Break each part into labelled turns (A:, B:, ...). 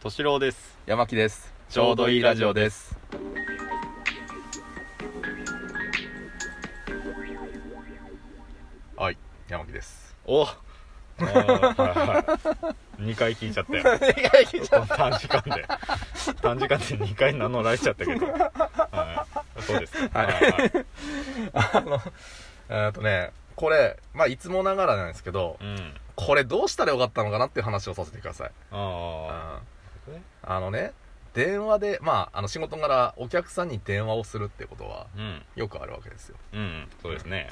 A: 敏郎です
B: 山木です
A: ちょうどいいラジオ
B: ですはい山木です
A: おあーはいはい2回聞いちゃったよこの短時間で短時間で2回名乗られちゃったけど、はい、そうですか
B: はい
A: はいはい
B: あのえーっとねこれまあいつもながらなんですけど
A: うん
B: これどうしたらよかったのかなっていう話をさせてください
A: あ
B: あ
A: あね
B: あのね電話でまああの仕事柄お客さんに電話をするってことは
A: うん
B: よくあるわけですよ
A: うんそうですね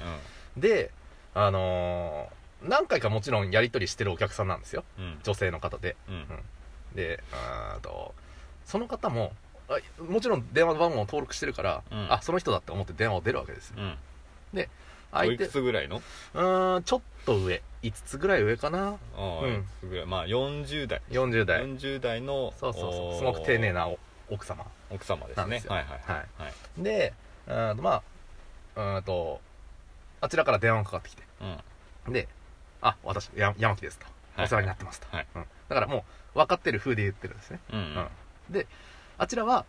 B: であのー何回かもちろんやり取りしてるお客さんなんですよ
A: うんうん
B: 女性の方で
A: うん
B: でうーんとその方もあもちろん電話番号を登録してるから、
A: うん
B: あその人だって思って電話を出るわけですよ
A: うんお
B: 相
A: い
B: 手
A: く
B: う
A: つぐらいの
B: ーんちょっと上5つぐらい上かな
A: ああ、
B: うん
A: いくつぐらいまあ40代
B: 40代、
A: 40代の
B: そうそうそ
A: お
B: う
A: ー
B: すごく丁寧なお奥様
A: 奥様です
B: なん
A: ね
B: ですよ
A: はいはい
B: は
A: はい
B: いでうーんとまあうーんとあちらから電話がかかってきて
A: うん
B: で「あ私や山木です」と「
A: はい
B: お世話になってます」と、
A: はい
B: うんだからもう分かってる風で言ってるんですね
A: うんうん
B: うんであちらは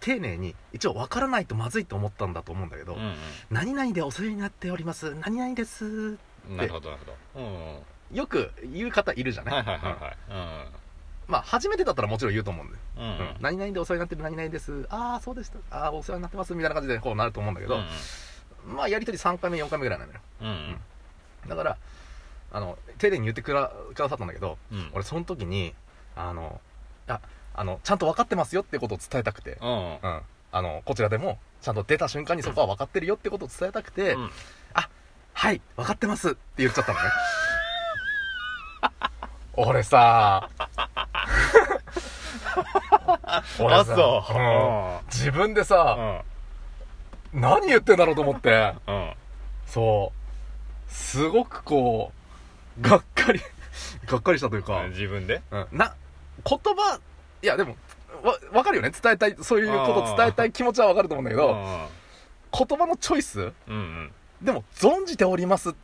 B: 丁寧に一応分からないとまずいと思ったんだと思うんだけど、
A: うん
B: 何々でお世話になっております何々です
A: うんなるほどなるほどうんうん
B: よく言う方いるじゃな
A: は
B: い,う
A: い
B: ん、
A: はいはいは
B: まあ初めてだったらもちろん言うと思うんで、
A: いうんうん
B: うん何々でお世話になってる何々ですああそうでしたああお世話になってますみたいな感じでこうなると思うんだけど、まあやり取り3回目4回目ぐらいなのよ
A: うんうん
B: だからあの丁寧に言ってくらくださったんだけど
A: うんうん
B: 俺その時にあのああのちゃんと分かってますよってことを伝えたくて、
A: うん
B: うん、あのこちらでもちゃんと出た瞬間にそこは分かってるよってことを伝えたくて、
A: うん
B: はい分かってますって言っちゃった のね 俺さ俺
A: あ
B: さ
A: そう
B: うん自分でさ、何言ってんだろうと思って
A: うんうん
B: そうすごくこうがっかり がっかりしたというか、
A: 自分で
B: うんな言葉いやでもわ分かるよね伝えたいそういうこと伝えたい気持ちは分かると思うんだけど、言葉のチョイス
A: うんうん
B: でも「存じております」っ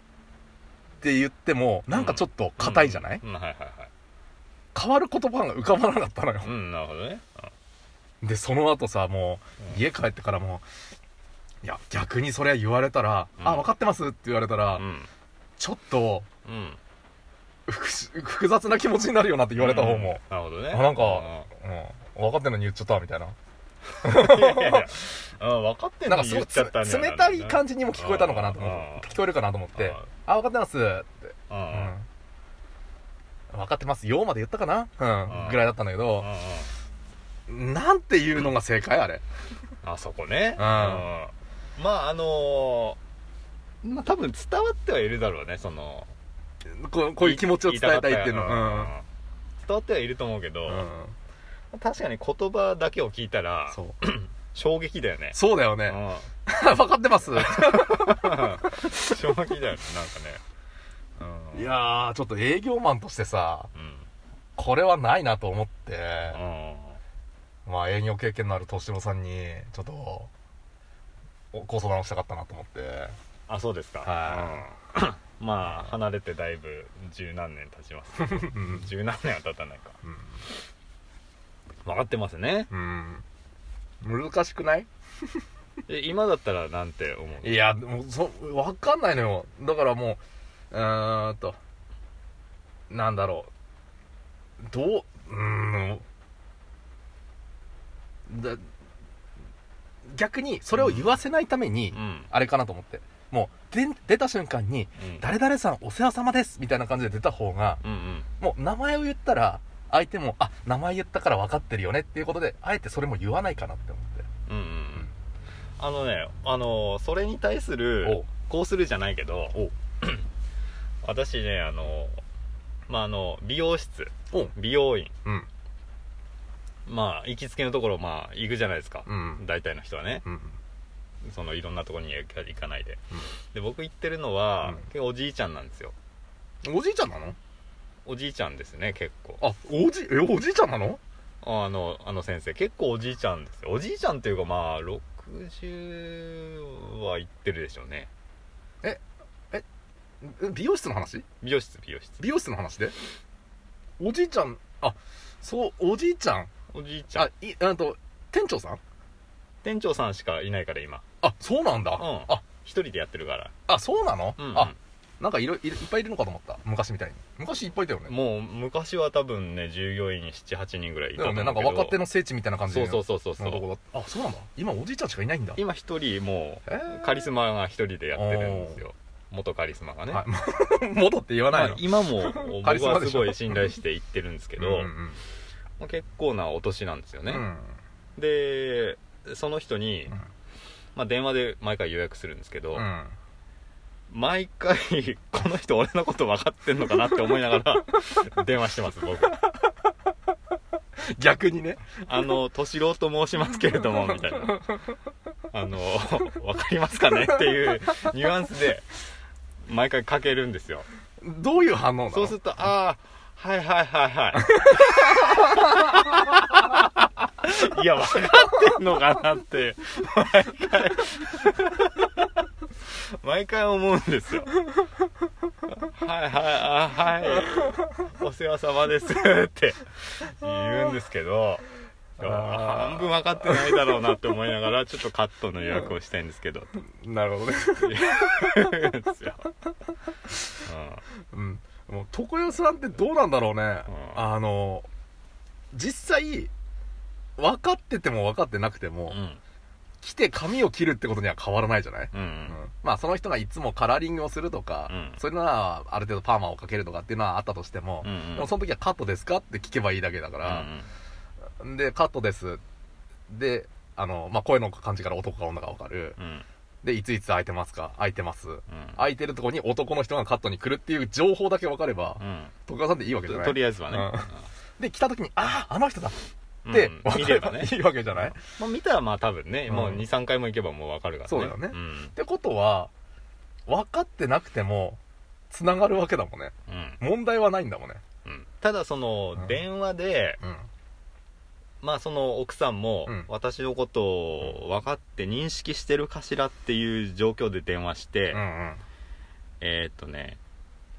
B: て言ってもなんかちょっと硬いじゃない、
A: うんはいはいはい
B: 変わる言葉が浮かばなかったのよ
A: う、んなるほどね
B: でその後さもう
A: うん
B: 家帰ってからもういや逆にそれ言われたら「
A: うん
B: あ分かってます」って言われたら、
A: うん
B: ちょっと
A: うん
B: 複複雑な気持ちになるよなって言われた方も、
A: なるほどね
B: あなんかうん分かってんのに言っちゃったみたいな
A: うん いやいやいやうん分かってん
B: なん
A: の
B: か
A: に
B: すご
A: 言
B: い
A: っちゃったん
B: つ
A: じゃ
B: 冷たい感
A: じ
B: じにも聞こえたのかなと思
A: うん
B: って聞こえるかなと思って「あ分かってます」って、
A: う
B: うんん分かってますよ」まで言ったかな、うん
A: うん
B: ぐらいだったんだけ
A: う
B: ど
A: んうん
B: なんていうのが正解あれ
A: あそこね
B: うん
A: うんまああのーまあ多分伝わってはいるだろうねその
B: こうこういう気持ちを伝えたいっていう
A: 言
B: のう
A: かったよ
B: ん
A: うん伝わってはいると思うけど、
B: うん
A: 確かに言葉だけを聞いたら
B: そう
A: 衝撃だよね
B: そうだよ
A: う
B: ね
A: ん
B: 分かってます
A: 衝撃だよね なんかねうん
B: いやーちょっと営業マンとしてさ
A: うん
B: これはないなと思って
A: うん
B: まあ営業経験のある敏郎さんにちょっとおご相談をしたかったなと思って
A: あそうですか
B: は
A: うんまあ離れてだいぶ十何年経ちますけど
B: うん
A: 十何年は経たないか
B: うん
A: 分かってますね
B: うん難しくない
A: え今だったらなんて思う
B: いやでもそ分かんないのよだからもううーんとなんだろうどううーんだ逆にそれを言わせないために、
A: うん
B: あれかなと思ってもうで出た瞬間に
A: うん
B: 「誰々さんお世話様です」みたいな感じで出た方が
A: うんうん
B: もう名前を言ったら相手も「あ名前言ったから分かってるよね」っていうことであえてそれも言わないかなって思って
A: うんうんうんあのねあのそれに対する
B: う
A: こうするじゃないけど
B: おう
A: 私ねあのまああの美容室
B: おう
A: 美容院
B: うん
A: まあ行きつけのところまあ行くじゃないですか、
B: うん
A: 大体の人はね
B: うん
A: そのいろんなところに行かないで、
B: うん
A: で僕行ってるのは、
B: うん
A: 結構おじいちゃんなんですよ
B: おじいちゃんなの
A: おじいちゃんですね結構
B: あ、おじ、え、おじいちゃんなの
A: ああのあの先生結構おじいちゃんですよおじいちゃんっていうかまあ60は行ってるでしょうね
B: え美容室の話
A: 美容室美容室
B: 美容室の話でおじいちゃん、あ、そうおじいちゃん
A: おじいちゃ
B: あ
A: ん
B: いあと店長さん
A: 店長さんしかいないから今
B: あそうなんだ、
A: ん
B: あ
A: 一人でやってるから、
B: あそうなの、
A: うんうん
B: あなんかいろいろいっぱいいるのかと思った昔みたいに昔いっぱいいたよね
A: もう昔は多分ね従業員78人ぐらいい
B: で
A: たと思
B: もね
A: う
B: なんか
A: けど
B: 若手の聖地みたいな感じ
A: そう
B: で
A: そうそうそうそ
B: のと
A: う
B: こだあそうなんだ今おじいちゃんしかいないんだ
A: 今一人も
B: えー
A: うカリスマが一人でやってるんですよ元カリスマがね、
B: はい 戻って言わな
A: まあ
B: いの、
A: 今 も
B: カ
A: 僕
B: リスマ
A: は
B: ですしょ
A: ごい信頼して行ってるんですけど、
B: うんうん
A: まあ結構なお年なんですよね、
B: うん
A: でその人に、
B: うん
A: まあ、電話で毎回予約するんですけど、
B: うん
A: 毎回この人俺のこと分かってんのかなって思いながら 電話してます僕
B: 逆にね
A: あの敏郎と申しますけれどもみたいなあの分かりますかねっていうニュアンスで毎回かけるんですよ
B: どういう反応なの
A: そうするとああはいはいはい はいいや分かってんのかなって毎回毎回思うんですよはいはいあはいお世話様ですって言うんですけど
B: あー
A: 半分分かってないだろうなって思いながらちょっとカットの予約をしたいんですけ どって
B: なるほどね、
A: 言うんですよ、うん
B: うん、もう床屋さんってどうなんだろうね、
A: うん
B: あの実際分かってても分かってなくても、
A: うん
B: 来て髪を切るってことには変わらないじゃない、
A: うんう
B: うん
A: ん
B: まあその人がいつもカラーリングをするとか、
A: うん
B: そういうのはある程度パーマをかけるとかっていうのはあったとしても、
A: うんうん
B: でもその時はカットですかって聞けばいいだけだか
A: う
B: ら、
A: ん
B: でカットですであの、まあ、声の感じから男か女か分かる
A: うんうん
B: でいついつ空いてますか空いてます
A: うん
B: 空いてるとこに男の人がカットに来るっていう情報だけ分かれば、
A: う
B: 徳川さんでいいわけじゃ
A: ん、
B: な
A: と
B: い
A: とりあえずはね、
B: で来た時にあああの人だっ
A: うん
B: て
A: うん
B: 分
A: 見
B: か
A: れ
B: れ
A: ば
B: ば
A: ね
B: いいわけじゃない、っ
A: まあ、見たらまあ多分ね、
B: うん
A: もう23回も行けばもう分かるからね
B: そうだよね
A: ん
B: てことは分かってなくてもつながるわけだもんね
A: うん
B: 問題はないんだもんね
A: うんただその
B: うん
A: 電話で、
B: うん
A: まあその奥さんも
B: うん
A: 私のことを分かって認識してるかしらっていう状況で電話して、
B: うんうん
A: えーっとね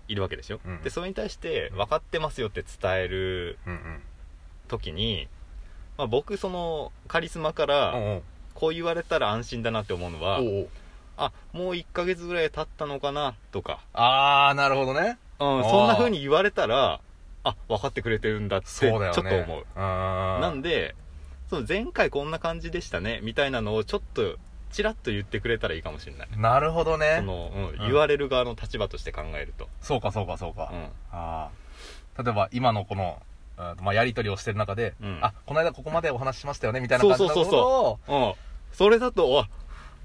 A: いるわけでしょ、
B: うん
A: でそれに対して分かってますよって伝える
B: うんうん
A: 時に、まあ、僕そのカリスマから
B: おう
A: こう言われたら安心だなって思うのは、
B: おうおう
A: あもう1ヶ月ぐらい経ったのかなとか
B: ああなるほどね
A: うん、
B: ー
A: そんな風に言われたらあ分かってくれてるんだってち
B: そう
A: ょ
B: だよね
A: っと思う
B: あ
A: なん
B: で
A: でその前回こんな感じでしたねみたいなのをちょっとちらっと言ってくれたらいいかもしれない
B: なるほど
A: そ
B: ね
A: の、うん
B: ん
A: 言われる側の立場として考えると、
B: そうかそうかそうか、
A: うん
B: ああ例えば今のこの、うんまあ、やり取りをしてる中で、
A: うん
B: あこの間ここまでお話ししましたよねみたいな感じのこと
A: そうそうそううん、それだとあ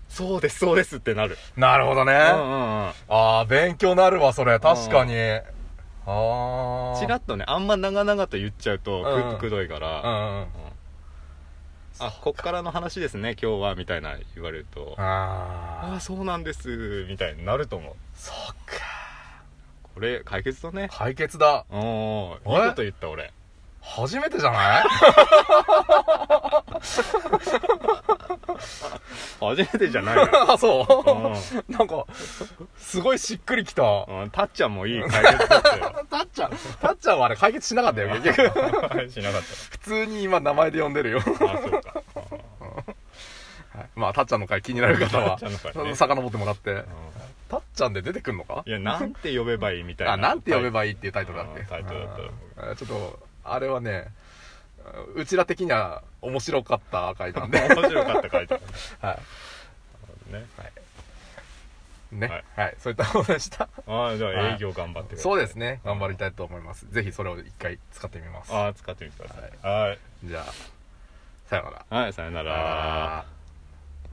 A: そうですそうですってなる、
B: なるほどね、
A: うんうんうん、
B: ああ、勉強なるわ、それ。確かに。ああ。
A: ちらっとねあんま長々と言っちゃうと
B: うんうん
A: くくどいから、
B: うんうんう
A: う
B: ん。
A: んあこっからの話ですね今日はみたいな言われるとあ
B: あ
A: あ
B: あ。
A: そうなんですみたいになると思う
B: そっか。
A: これ解決だね
B: 解決だ。
A: おー
B: あ
A: い
B: れ
A: いこと言った俺
B: 初めてじゃない
A: 初めてじゃないよ
B: あそうう。なんか、すごいしっくりきた。
A: んうんたっちゃんもいい解決だったよ
B: たっちゃん、たっちゃんはあれ解決しなかったよ、結局。
A: しなかっ
B: 普通に今名前で呼んでるよ。
A: たあそうか
B: はいまあ、たっちゃんの回気になる方は
A: たっちゃんの回ね、
B: 遡ってもらって
A: う。ん
B: たっちゃんで出てくんのか
A: いやなんて呼べばいいみたいな
B: あ、なんて呼べ
A: い
B: ばいいっていうタイトルだっ
A: う
B: け
A: んタイトルだったよ
B: あーちょっと、あれはね、うちら的には面白かった回なんで、
A: い面白かった回答
B: は
A: ね
B: い。ね、
A: は
B: はいい、そういったことでした。
A: ああじゃ
B: は
A: あ
B: い
A: 営業頑張ってください
B: そうですね、頑張りたいと思います。ぜひそれを一回使ってみます。
A: ああ使ってみてくださいはい
B: じゃあ、さようなら。
A: はいさよなら
B: あー